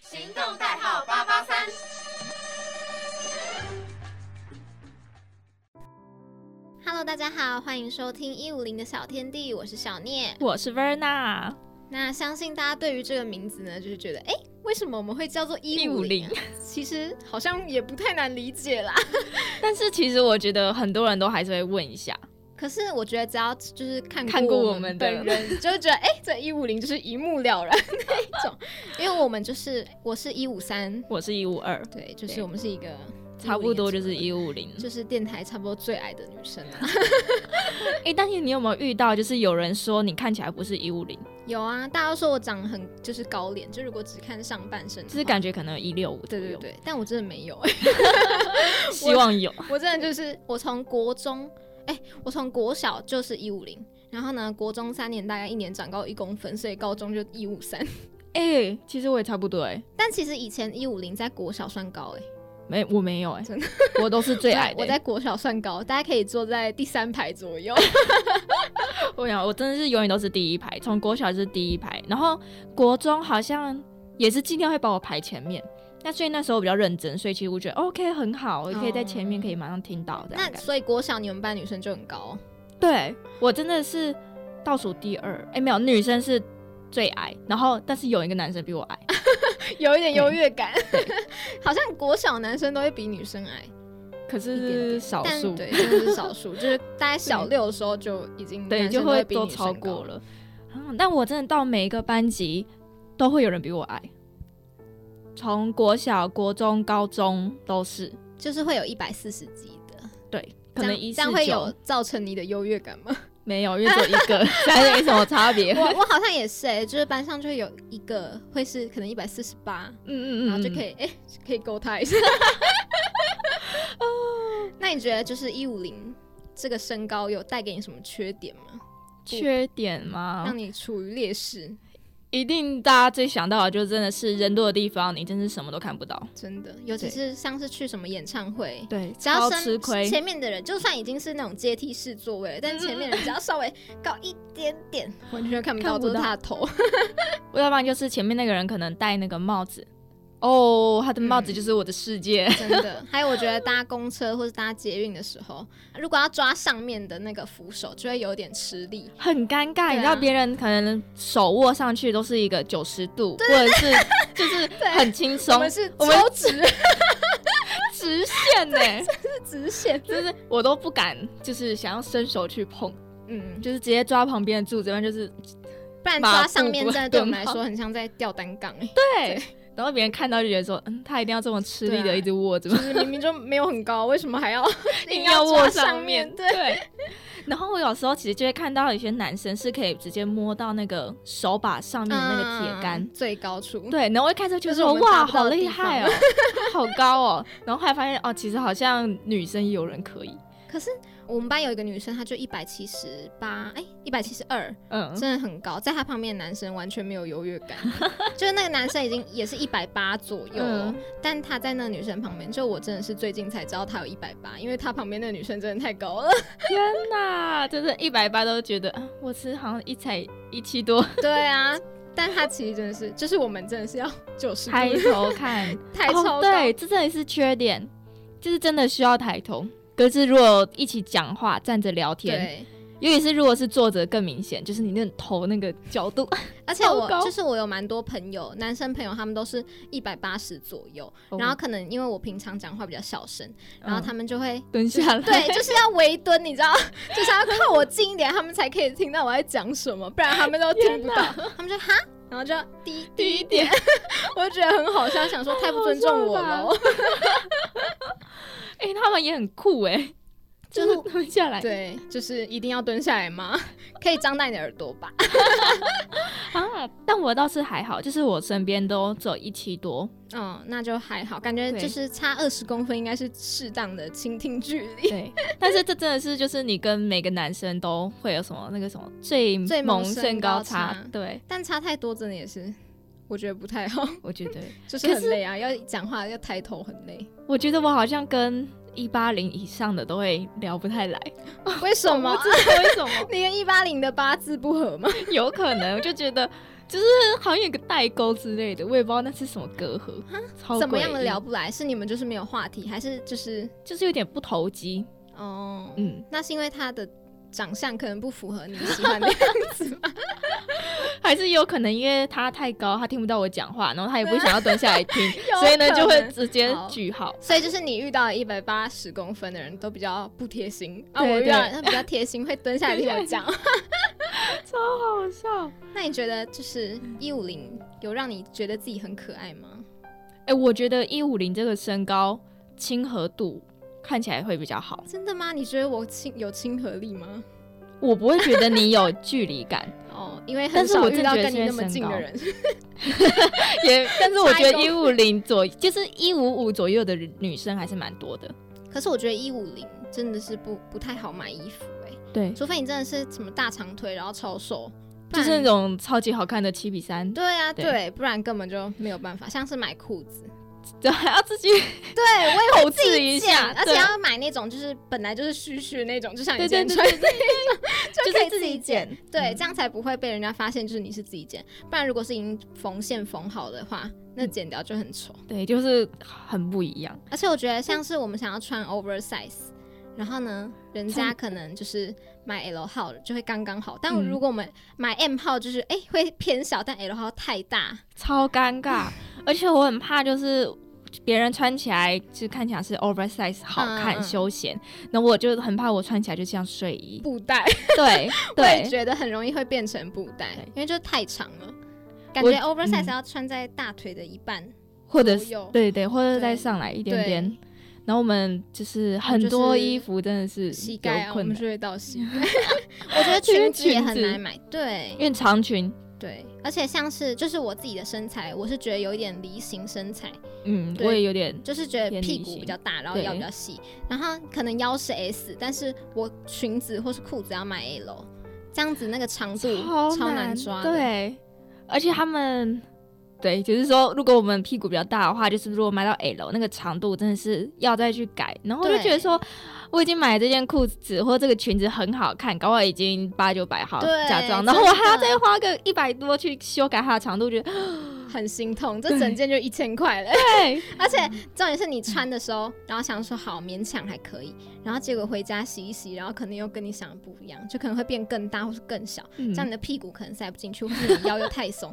行动代号八八三。 Hello，大家好，欢迎收听一五零的小天地，我是小聂。我是 Verna，那相信大家对于这个名字呢，就是觉得，哎，为什么我们会叫做一五零？啊其实好像也不太难理解啦。但是其实我觉得很多人都还是会问一下，可是我觉得只要就是看看过过我们的本人，就会觉得，哎，这一五零就是一目了然那一种，因为我们就是我是一五三，我是一五二，对，就对是我们是一个差不多就是150一五零。就是电台差不多最矮的女生啊。哎、但是你有没有遇到，就是有人说你看起来不是一五零，有啊，大家都说我长得很就是高脸，就如果只看上半身的话，就是感觉可能一六五，对对，对，但我真的没有、欸， 希望有。我真的就是我从国中，哎、我从国小就是一五零，然后呢，国中三年大概一年长高一公分，所以高中就一五三。 哎、其实我也差不多哎、但其实以前一五零在国小算高、欸，没我没有哎、真的我都是最矮我的、在欸。国小算高，大家可以坐在第三排左右。啊我想我真的是永远都是第一排，从国小就是第一排，然后国中好像也是尽量会把我排前面。那所以那时候我比较认真，所以其实我觉得 OK 很好，我可以在前哦面可以马上听到这 样那感觉。所以国小你们班女生就很 高，哦对我真的是倒数第二，哎、没有，女生是最矮，然后但是有一个男生 比我矮，有一点优越感， 好像国小男生都会比女生矮，可一点是点少但数，嗯对，真的是少数，就是大概小六的时候就已经对，男就生都会比都女生超高过。了。嗯但我真的到每一个班级都会有人比我矮，从国小、国中、高中都是，就是会有一百四十级的，对，可这能样一这四样会有九造成你的优越感吗？没有，因为只有一个，但是没什么差别。 我嗯我好像也是、欸，就是班上就会有一个会是可能一百四十八，嗯然后就可以以。哎、欸可以勾他 一下。那你觉得就是一五零这个身高有带给你什么缺点吗？缺点吗？让你处于劣势，一定大家最想到的就真的是人多的地方，你真是什么都看不到。真的，尤其对是像是去什么演唱会。对，只要超吃身亏。前面的人，就算已经是那种阶梯式座位了，但前面的人只要稍微高一点 点，完全看不看到，不就是到他的头。我要不然就是前面那个人可能戴那个帽子，哦，他的帽子就是我的世界。真的。还有，我觉得搭公车或是搭捷运的时候，如果要抓上面的那个扶手，就会有点吃力。 很尴尬，对啊你知道别人可能手握上去都是一个九十度，或者 是就是很轻我松们，是我们手指直线呢、 直线，就是我都不敢，就是想要伸手去碰，嗯，就是直接抓旁边的柱子，这边就是不然抓上面真的对我们来说很像在吊单杠、欸，对，然后别人看到就觉得说，嗯，他一定要这么吃力对啊的一直握着就，是明明就没有很高，为什么还要 硬要要抓握上面，对， 然后我有时候其实就会看到有些男生是可以直接摸到那个手把上面的那个铁杆，嗯最高处，对，然后我一开始就就是说我们达哇，不到好的厉地方害哦， 好高哦，然后后来发现哦，其实好像女生也有人可以，可是我们班有一个女生，她就一百七十八，哎，一百七十二，嗯，真的很高，在她旁边的男生完全没有优越感， 就是那个男生已经也是一百八左右了，嗯但他在那个女生旁边，就我真的是最近才知道他有一百八，因为他旁边那个女生真的太高了。 天哪，真的，一百八都觉得啊我是好像一才一七多，对啊，但他其实真的是，就是我们真的是要 九十度抬 头看，太超高，哦，对，这真的是缺点，就是真的需要抬头。可是如果一起讲话、站着聊天，对尤其是如果是坐着更明显，就是你那个头那个 角度，啊而且我超高就是我有蛮多朋友，男生朋友他们都是一百八十左右，然后可能因为我平常讲话比较小声，然后他哦嗯们就会。蹲下 来，对，就是要围蹲，你知道，就是要靠我近一点，他们才可以听到我在讲什么，不然他们都听不到。他们就哈，然后就要低低低一点。 我就觉得很好笑，想说太不尊重我好了好。哎、他们也很酷哎、就就是是蹲下 来，对，就是一定要蹲下来吗？ 可以张大你的耳朵 吧？啊，但我倒是还好，就是我身边都只有一七多， 嗯，那就还好，感觉对就是差二十公分应该是适当的倾听距离。对，但是这真的是就是你跟每个男生都会有什么那个什么最最萌萌身身高高差差，对， 但差太多真的也是，我觉得不太好， 我觉得，就是可很是累啊，要讲话要抬头很 累。我觉得我好像跟一八零以上的都会聊不太来， 为什么我？不知道为什么， 你跟一八零的八字不合吗？有可能我就觉得就是好像有个代沟之类的，我也不知道那是什么隔阂，超怎么样哦诡的异聊，不来？是你们就是没有话题，还是就是就是有点不投机，哦？嗯，那是因为他的长相可能不符合你喜 欢的样子吗？还是有可能因为他太高，他听不到我讲话，然后他也不想要蹲下来听 有，所以呢可就会能直接好句号。所以就是你遇到一百八十公分的人都比较不贴心啊，对我遇到对他比较贴心，会蹲下来听我 讲。超好笑！那你觉得就是一五零有让你觉得自己很可爱吗？哎、我觉得一五零这个身高亲和度看起来会比较好，真的吗？你觉得我亲有亲和力吗？我不会觉得你有距离 感，哦，因为很但是少我遇真到觉得跟你现那在么身近的高人， 也但是我觉差得一一五零左就是一五五左右的女生还是蛮多的。可是我觉得一五零真的是不不太好买衣服哎、对，除非你真的是什么大长腿，然后超瘦，不就然是那种超级好看的七比三， 对啊对对，不然根本就没有办法。像是买裤子，对，还要自己对我透支一下，而且对要买那种就是本来就是虚虚的那种，就像你对今天对穿对，对 就就可是以自己剪，剪，对，嗯这样才不会被人家发现就是你是自己剪。不然如果是已经缝线缝好的话，那剪掉就很丑。对，就是很不一样。而且我觉得像是我们想要穿 oversize，然后呢，人家穿可能就是买 L 号就会刚刚好，但嗯如果我们买 M 号就是哎、诶会偏小，但 L 号太大，超尴尬， 而且我很怕就是。别人穿起来就看起来是 oversize 好看、嗯嗯休闲，那我就很怕我穿起来就像 睡衣。布带对我也对，觉得很容易会变成布带对，因为就太长了。感我觉 oversize 嗯要穿在大腿的一半，或者都是有对对，或者对再上来一点对点。然后我们就是很就是多衣服真的是膝盖有啊，我困们难，就会到膝 盖。我觉得裙子也很难买，对因为长裙，对，而且像是就是我自己的身材，我是觉得有一点梨形身材，嗯，对我也有点就是觉得偏屁梨股形比较大，然后腰比对较细，然后可能腰是 S，但是我裙子或是裤子要买 L，这样子那个长度超超难抓的。对，而且他们对，就是说，如果我们屁股比较大的话，就是如果买到 L 那个长度，真的是要再去改。然后我就对觉得说，我已经买这件裤子或这个裙子很好看，搞不好已经八九百好对假装，真然后我还要再的花个一百多去修改它的长度，觉得很心痛，这整件就一千块了。 对，而且重点是你穿的时候，然后想说好勉强还可以，然后结果回家洗一洗，然后可能又跟你想的不一样，就可能会变更大或是更小，嗯这样你的屁股可能塞不进去，或是你腰又太松，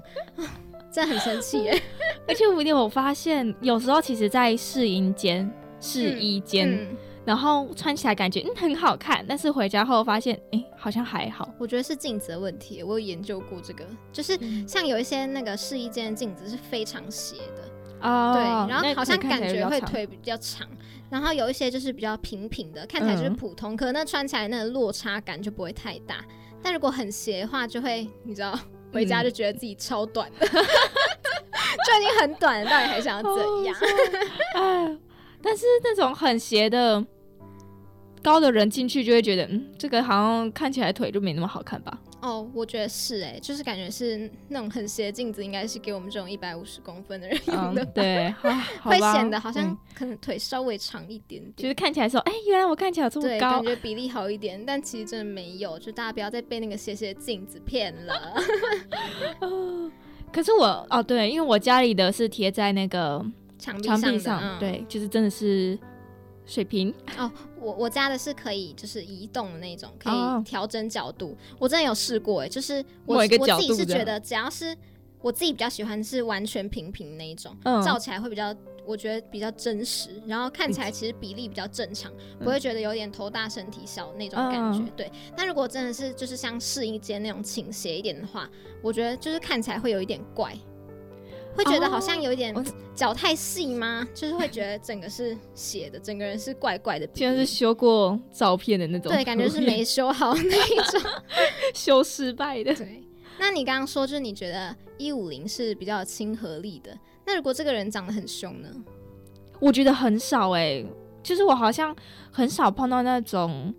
真的很生气耶。而且我有发现，有时候其实，在试衣间、试嗯衣间，嗯然后穿起来感觉嗯很好看，但是回家后发现，哎、好像还好。我觉得是镜子的问题，我有研究过这个，就是像有一些那个试衣间的镜子是非常斜的，哦，对，然后那好像看起感来比觉较会长腿比较长，然后有一些就是比较平平的，看起来就是嗯普通，可能穿起来那个落差感就不会太大，但如果很斜的话，就会你知道。回嗯家就觉得自己超短的， 就已经很短了，到底还想要哦怎样？ 哎，但是那种很斜的高的人进去就会觉得，嗯，这个好像看起来腿就没那么好看 吧？哦，我觉得是哎、就是感觉是那种很斜的镜子，应该是给我们这种一百五十公分的人用的，嗯对，好好会吧显得好像嗯可能腿稍微长一点就点，是看起来说，哎、原来我看起来有这么对，感高，觉比例好一点，但其实真的没有，就大家不要再被那个斜斜的镜子骗了。 哦可是我哦，对，因为我家里的是贴在那个墙壁墙上的，壁上，嗯、，对，就是真的是水平，我我家的是可以就是移动的那种，可以哦调整角度。我真的有试过哎、就是我某一个我角自己度是这觉样得只要是我自己比较喜欢是完全平平那一种，嗯照起来会比较。我觉得比较真实，然后看起来其实比例比较正常，不会觉得有点头大身体小那种感觉。嗯对，但如果真的是就是像试衣间那种倾斜一点的话，我觉得就是看起来会有一点怪，会觉得好像哦有一点我脚太细吗？就是会觉得整个是斜的，整个人是怪怪的比例，竟然是修过照片的那种图片，对，感觉是没修好那一 种。修失败的。对，那你刚刚说就是你觉得一五零是比较有亲和力的，那如果这个人长得很凶呢？我觉得很少哎、就是我好像很少碰到那种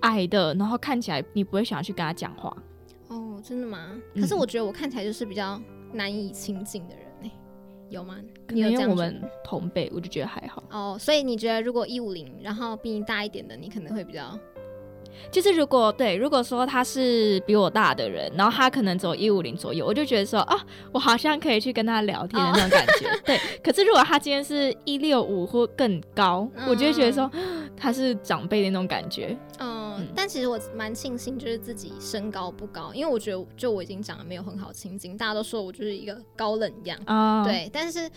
矮的，然后看起来你不会想要去跟他讲话。哦，真的吗？嗯可是我觉得我看起来就是比较难以亲近的人呢、有吗？可你有能因这样为觉我得们同辈，我就觉得还好。哦，所以你觉得如果一五零，然后比你大一点的，你可能会比较就是如果对，如果说他是比我大的人，然后他可能走一五零左右，我就觉得说啊，我好像可以去跟他聊天的那种感觉。 对，可是如果他今天是一六五或更高，我就会觉得说他是长辈的那种感觉。嗯，但其实我蛮庆幸，就是自己身高不高，因为我觉得就我已经长得没有很好亲近，大家都说我就是一个高冷样，啊、对。但是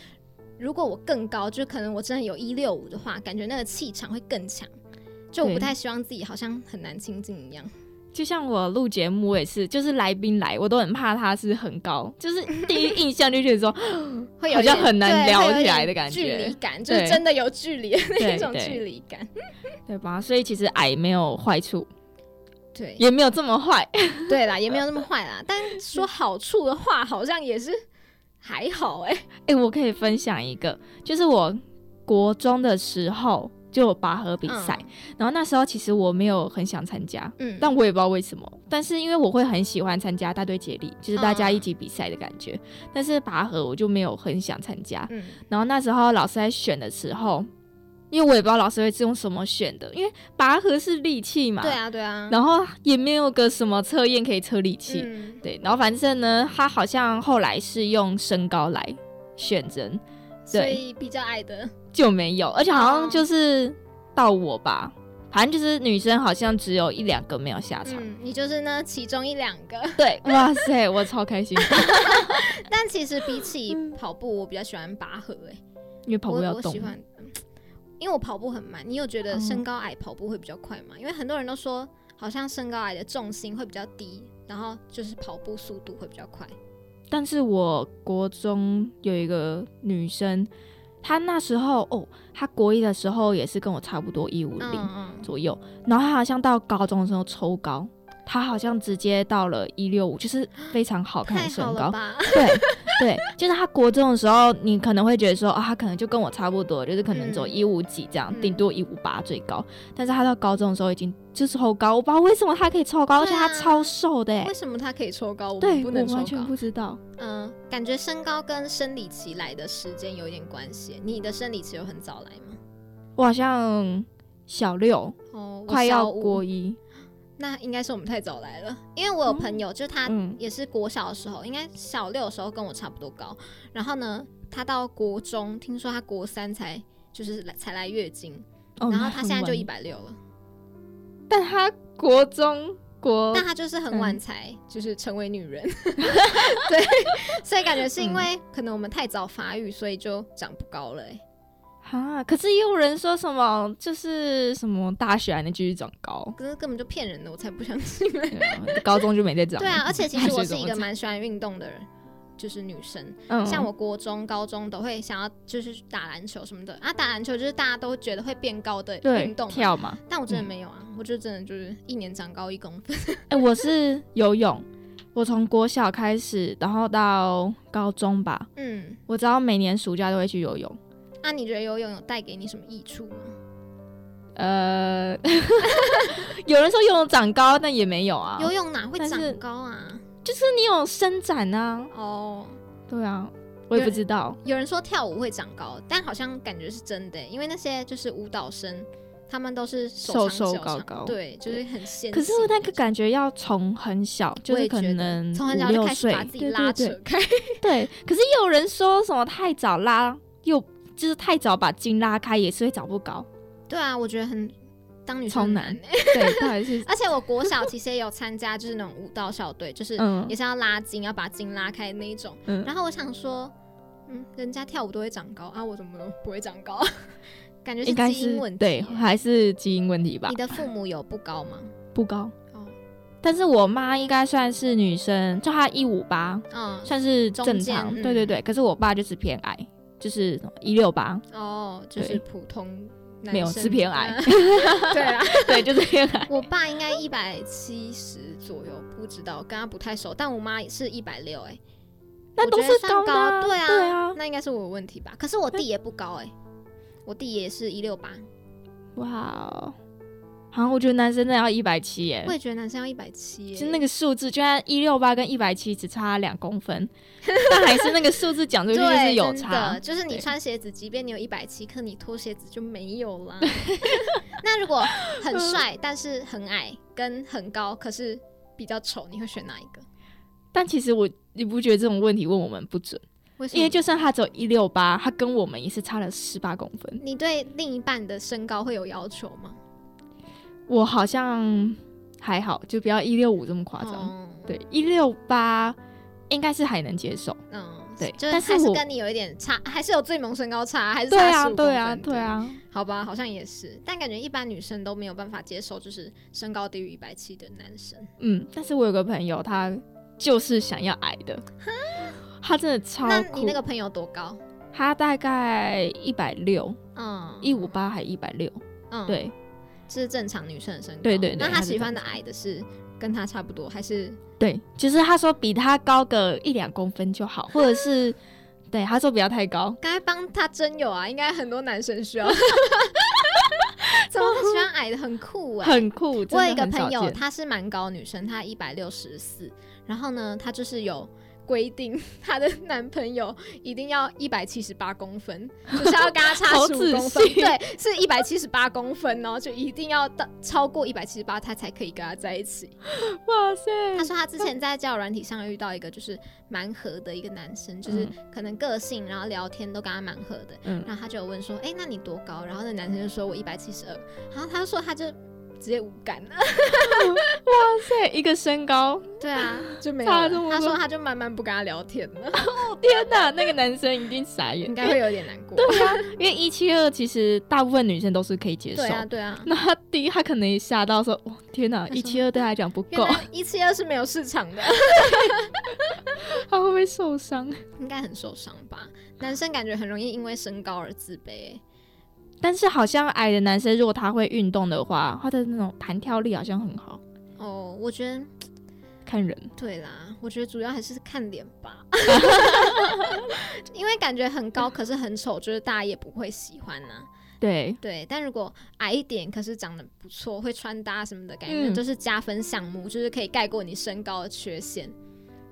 如果我更高，就可能我真的有一六五的话，感觉那个气场会更强。就我不对太希望自己好像很难亲近一样。就像我录节目，我也是，就是来宾来，我都很怕他是很高，就是第一印象就觉得说会有好一点像很难对聊会有一起点来的感距离觉，感就是对真的有距离 的 那对种对距离感。对吧？所以其实矮没有坏处，对，也没有这么坏。对啦，也没有那么坏啦。但说好处的话，好像也是还好哎、哎、我可以分享一个，就是我国中的时候就有拔河比赛，然后那时候其实我没有很想参加，嗯，但我也不知道为什么，但是因为我会很喜欢参加大队接力，就是大家嗯一起比赛的感觉，但是拔河我就没有很想参加，嗯然后那时候老师在选的时候，因为我也不知道老师会是用什么选的，因为拔河是力气嘛，对啊对啊，然后也没有个什么测验可以测力气，嗯，对，然后反正呢，他好像后来是用身高来选人，所以比较矮的，就没有，而且好像就是到我吧，反正就是女生好像只有一两个没有下场，嗯，你就是呢其中一两个。 对，哇塞，我超开心，但其实比起跑步，我比较喜欢拔河哎、因为跑步我要我动喜，欢，嗯因为我跑步很慢。你有觉得哦身高矮跑步会比较快嗯吗？因为很多人都说，好像身高矮的重心会比较低，然后就是跑步速度会比较快。但是我国中有一个女生，她那时候哦，她国一的时候也是跟我差不多一五嗯零嗯，左右，然后她好像到高中的时候抽高，她好像直接到了一六五，就是非常好看太的身好了高。吧？对对，就是她国中的时候，你可能会觉得说，哦，她可能就跟我差不多，就是可能走嗯一五几这样，顶嗯多一五八最高。但是她到高中的时候已经就是抽高，我不知道为什么她可以抽高，而且对她啊超瘦的、欸为。什么他可以抽高，我对，们我不能抽完全高？不知道。嗯，感觉身高跟生理期来的时间有点关系。你的生理期有很早来吗？我好像小六，哦，我快要小五国，一，那应该是我们太早来了。因为我有朋友，就是他嗯也是国小的时候，应该小六的时候跟我差不多高。然后呢，他到国中，听说他国三才就是来才来月经，哦然后他现在就一，那很晚百六了，但他国中国但他就是很嗯晚才就是成为女 人。 对，所以感觉是因嗯为可能我们太早发育，所以就长不高了、欸。啊，可是也有人说什么就是什么大学还能继续长高，可是根本就骗人的，我才不相信嘞。对啊 高中就没再长了。对啊，而且其大实学我怎是一么个长蛮喜欢运动的人，就是女生。嗯像我国中、高中都会想要就是去打篮球什么的啊，打篮球就是大家都觉得会变高的对运动嘛。跳嗯嘛，但我真的没有啊，我就真的就是一年长高一公分。 哎，我是游泳，我从国小开始，然后到高中吧，嗯，我只要每年暑假都会去游泳。那、你觉得游泳有带给你什么益处吗？呃， 有人说游泳长高，但也没有啊，游泳哪会但是长高啊？就是你有伸展啊，哦，对啊，我也不知道。有人说跳舞会长高，但好像感觉是真的欸、因为那些就是舞蹈生，他们都是手长瘦瘦脚长高高对，就是很纤细。可是那个感觉要从很小，就我是也可觉得能从很五小就六开始岁把自，己对拉对扯对开， 对。可是也有人说什么太早拉，又就是太早把筋拉开，也是会长不高。对啊，我觉得很当女生超很难欸。对，到底 是而且我国小其实也有参加，就是那种舞蹈小队，就是嗯也是要拉筋，要把筋拉开那一种。嗯然后我想说，嗯，人家跳舞都会长高啊，我怎么都不会长高？ 感觉应该基因是问题对，耶。还是基因问题吧你？的父母有不高吗？不高。哦，但是我妈应该算是女生，就她一五八，嗯，算是中正间常。嗯对对对，可是我爸就是偏矮，就是一六八， 哦，就是对普通男生。没有是偏矮啊。对啊，对，就是偏矮。 我爸应该一百七十左右，不知道，跟他不太熟。但我妈是一百六，哎，那 我都觉得是算高的啊、高对啊对啊，那应该是我的问题吧？可是 我弟也不高哎、我弟也是一六八，哇、哦，好像我觉得男生真的要一百七耶我，也觉得男生要一百七，哎就那个数字，居然一六八跟一百七只差两 公分，但还是那个数字讲出去就是对，有真差的，。就是你对穿鞋子，即便你有一百七，可你脱鞋子就没有啦。 那如果嗯很帅但是很矮，跟很高可是比较丑，你会选哪一个？但其实我，你不觉得这种问题问我们不准？为什么？因为就算他只有一六八，他跟我们也是差了十八公分。你对另一半的身高会有要求吗？我好像还好，就不要一六五这么夸张。哦，对，一六八应该是还能接受。嗯，对就是但是还是我跟你有一点差，还是有最萌身高差，还是对啊， 15对啊，公分对，啊。好吧，好像也是，但感觉一般女生都没有办法接受，就是身高低于一百七的男生。嗯，但是我有个朋友，他就是想要矮的，他真的超那酷。你那个朋友多高？他大概一百六，嗯，一五八还一百六，嗯，对，这是正常女生的身高。对对对那她她是喜欢的矮的是跟她差不多，还是对，就是他说比他高个一两公分就好，或 者是对他说不要太高，该帮她真友啊？应该很多男生需 要。 怎么会喜欢矮的？很酷哎、很酷。我有一 真的个很少朋友，见她是蛮高的女生，她一百六十四，然后呢，她就是有。规定 她的男朋友一定要一百七十八公分，就是要跟她差 好十五仔公分，细对，是一百七十八公分哦，就一定要到超过一百七十八，她才可以跟他在一起。哇塞，他说他之前在交友软体上遇到一个就是蛮合的一个男生，就是可能个性，然后聊天都跟他蛮合的。嗯，然后他就有问说：“哎、那你多高？”然后那男生就说：“我一百七十二。”然后他就说他就直接无感了。哇塞，一个 身高，对啊，就没有差了。这么多他说他就慢慢不跟他聊天了， 天哪，那个男生一定傻 眼应，该会有点难过。对啊，因为一七二其实大部分女生都是可以接受对。啊，对啊。那他第一，他可能也吓到说：“哇，天哪，他说一七二对他来讲不原够，来一七二是没有市场 的，他会不会受伤应该很受伤吧？男生感觉很容易因为身高而自卑、欸？”但是好像矮的男生，如果他会运动的话，他的那种弹跳力好像很好，哦，我觉得看人。对啦，我觉得主要还是看脸 吧，因为感觉很高可是很丑，就是大家也不会喜欢呐、对，对，但如果矮一点，可是长得不错，会穿搭什么的，感觉嗯就是加分项目，就是可以盖过你身高的缺陷。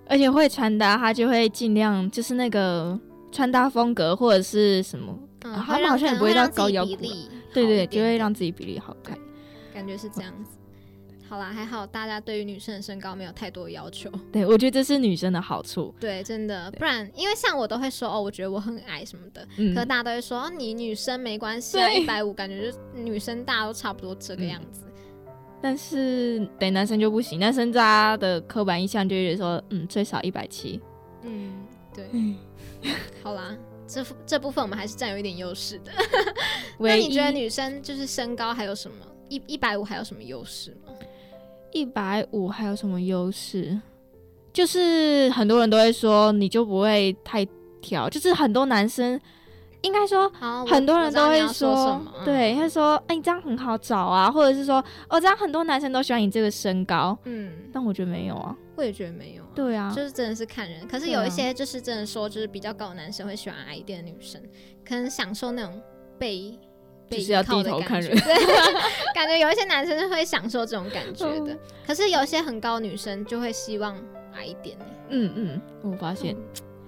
而且会穿搭，他就会尽量就是那个穿搭风格或者是什么，嗯，啊会他们让好像也可能不会让到高自己腰比骨例对好一对，点就会点让自己比例好看。感觉是这样子。好啦，还好大家对于女生的身高没有太多要求。对，我觉得这是女生的好处。对，真的，不然因为像我都会说哦，我觉得我很矮什么的，嗯可，大家都会说、哦、你女生没关系啊，一对嗯百五感觉就是女生大家都差不多这个样子。但是对男生就不行，男生渣的刻板印象就会说，嗯，最少一百七。嗯，对，嗯，好啦，这这部分我们还是占有一点优势的。那唯你一觉得女生就是身高还有什么一一百五还有什么优势吗？一百五还有什么优势？就是很多人都会说，你就不会太挑，就是很多男生应该说。好，哦我很多人都会我知道你要说什么，嗯对，他说：“哎、你这样很好找啊，或者是说，哦，这样很多男生都喜欢你这个身高。嗯，”但我觉得没有啊，我也觉得没有、啊。对啊，就是真的是看人，可是对有一啊些就是真的说，就是比较高的男生会喜欢矮一点的女生，可能享受那种被被就是要依靠低的头感看觉，人对， 感觉有一些男生是会享受这种感觉的嗯，可是有一些很高的女生就会希望矮一点欸、嗯嗯，我发现、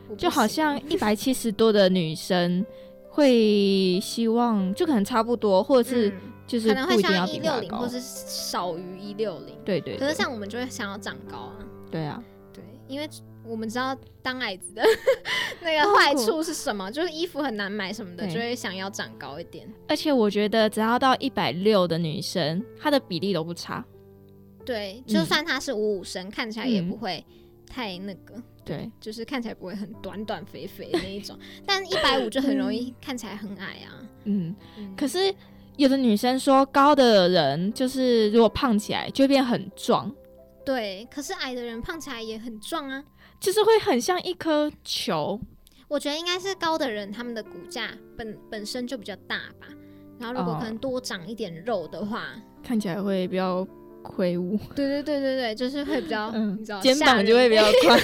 我不就好行欸嗯像一百七十多的女生会希望，就可能差不多，或者是、嗯就是可能不会一定要像比一他六零高或，是少于一六零，对对对，可是像我们就会想要长高啊，对啊，对，因为我们知道当矮 子的那个坏处是什么，就是衣服很难买什么的，对就会想要长高一点。而且我觉得只要到一百六的女生，她的比例都不差。对，嗯就算他是五五身，看起来也嗯不会太那个，对，就是看起来不会很短短肥肥那一种。但一百五就很容易看起来很矮啊。嗯。嗯可是有的女生说，高的人就是如果胖起来就会变很壮，对，可是矮的人胖起来也很壮啊。就是会很像一颗球。我觉得应该是高的人，他们的骨架本本身就比较大吧。然后如果哦可能多长一点肉的 话，看起来会比较魁梧，对对对对对，就是会比较，嗯你知道，肩吓膀人就会比较宽。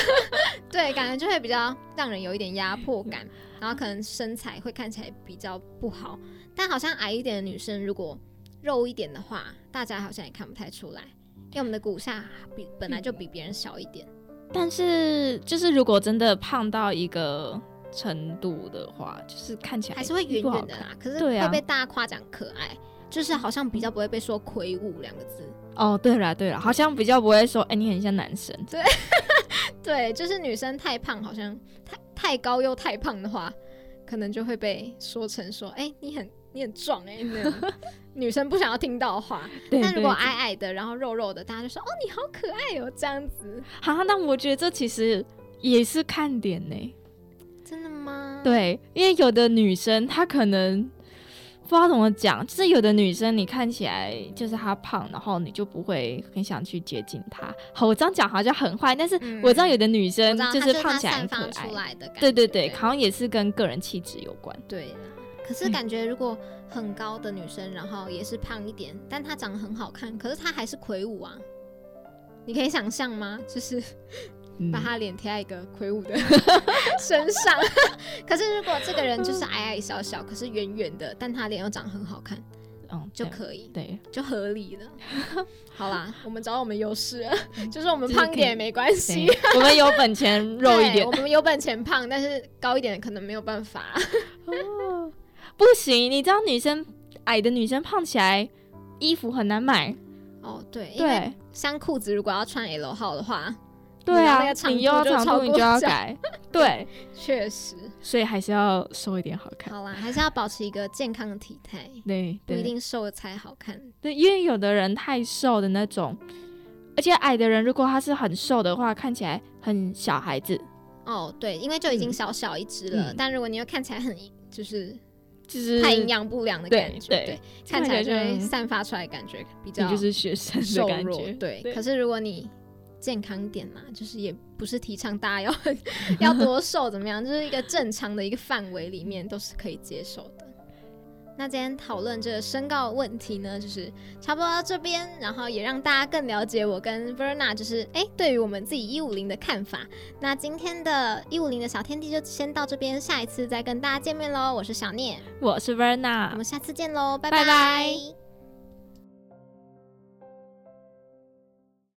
对，感觉就会比较让人有一点压迫感，然后可能身材会看起来比较不好。但好像矮一点的女生，如果肉一点的话，大家好像也看不太出来，因为我们的骨下比本来就比别人小一点。但是就是如果真的胖到一个程度的话，就是看起来还是会圆嗯不好圆的看啦，可是对啊会被大家夸奖可爱，就是好像比较不会被说魁梧两个字。哦，对啦对啦，好像比较不会说，哎、你很像男生。对，就是女生太胖，好像太太高又太胖的话，可能就会被说成说，哎、你很你很壮哎、那种 女生不想要听到的话。对，但如对果对矮矮的，然后肉肉的，大家就说，哦，你好可爱哦，这样子。哈，但我觉得这其实也是看点呢、真的吗？，对，因为有的女生她可能不知道怎么讲，就是有的女生你看起来就是她胖，然后你就不会很想去接近她。好，我这样讲好像很坏，但是嗯我知道有的女我生知道，就它是它胖起来很散可发爱出。来的感觉。对对对，好像也是跟个人气质有关。对啦可嗯是感觉如果很高的女生，然后也是胖一点，但她长得很好看，可是她还是魁梧啊。你可以想象吗？就是嗯把她脸贴在一个魁梧的 身上。 可是如果这个人就是矮矮小小，可是圆圆的，但她脸又长得很好看，嗯，就对可以， 对，就合理 了。好啦，我们找到我们优势了，嗯就是我们就是胖一可以点也没关系对。我们有 本钱肉一对点我，们有本钱胖，但是高一点可能没有办法。不行，你知道女生矮的女生胖起来衣服很难买， 哦，对，因为对像裤子如果要穿 L 号的话，对你的那啊个，长你又度要就长超度，你过就要这样 改，对，确实，所以还是要瘦一点好看。好啦，还是要保持一个健康的体态，对不一对定瘦了才好看。对，因为有的人太瘦的那种，而且矮的人如果他是很瘦的话，看起来很小孩子，哦，对，因为就已经嗯小小一只了，嗯但如果你又看起来很就是就是太营养不良的感觉，对对，对看起来就会你散发出来感觉比较就是学 生的瘦感弱觉，，对。对可是如果你健康一点嘛，就是也不是提倡大家要 要多瘦怎么样，就是一个正常的一个范围里面都是可以接受的。那今天讨论这个身高的问题呢，就是差不多到这边，然后也让大家更了解我跟 Verna 就是哎、对于我们自己一五零的看法。那今天的一五零的小天地就先到这边，下一次再跟大家见面喽。我是小聂，我是 Verna，我们下次见喽，拜拜拜拜